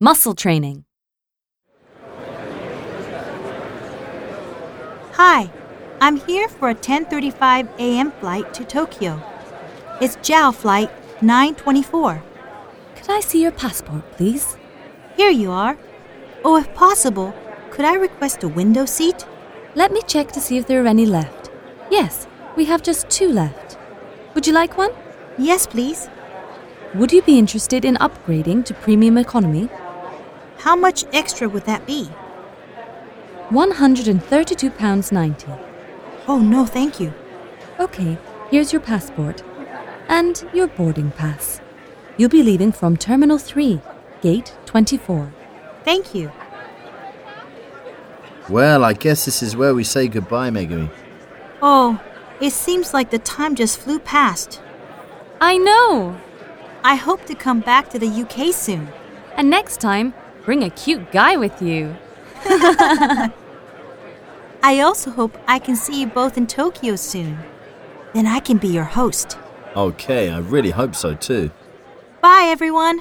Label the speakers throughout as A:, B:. A: Muscle training.
B: Hi, I'm here for a 10:35 a.m. flight to Tokyo. It's JAL flight 924.
A: Could I see your passport, please?
B: Here you are. Oh, if possible, could I request a window seat?
A: Let me check to see if there are any left. Yes, we have just two left. Would you like one?
B: Yes, please.
A: Would you be interested in upgrading to premium economy?
B: How much extra would that be?
A: £132.90.
B: Oh, no, thank you.
A: Okay, here's your passport and your boarding pass. You'll be leaving from Terminal 3, Gate 24.
B: Thank you.
C: Well, I guess this is where we say goodbye, Megumi.
B: Oh, it seems like the time just flew past.
A: I know!
B: I hope to come back to the UK soon.
A: And next time, bring a cute guy with you.
B: I also hope I can see you both in Tokyo soon. Then I can be your host.
C: Okay, I really hope so too.
B: Bye, everyone.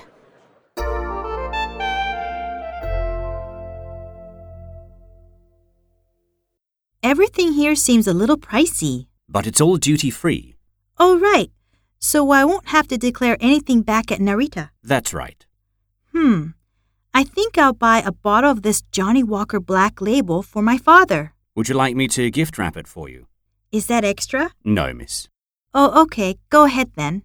B: Everything here seems a little pricey.
D: but it's all duty free.
B: Oh, right. So I won't have to declare anything back at Narita.
D: That's right.
B: Hmm. I think I'll buy a bottle of this Johnny Walker Black label for my father.
D: Would you like me to gift wrap it for you?
B: Is that extra?
D: No, miss.
B: Oh, okay. Go ahead then.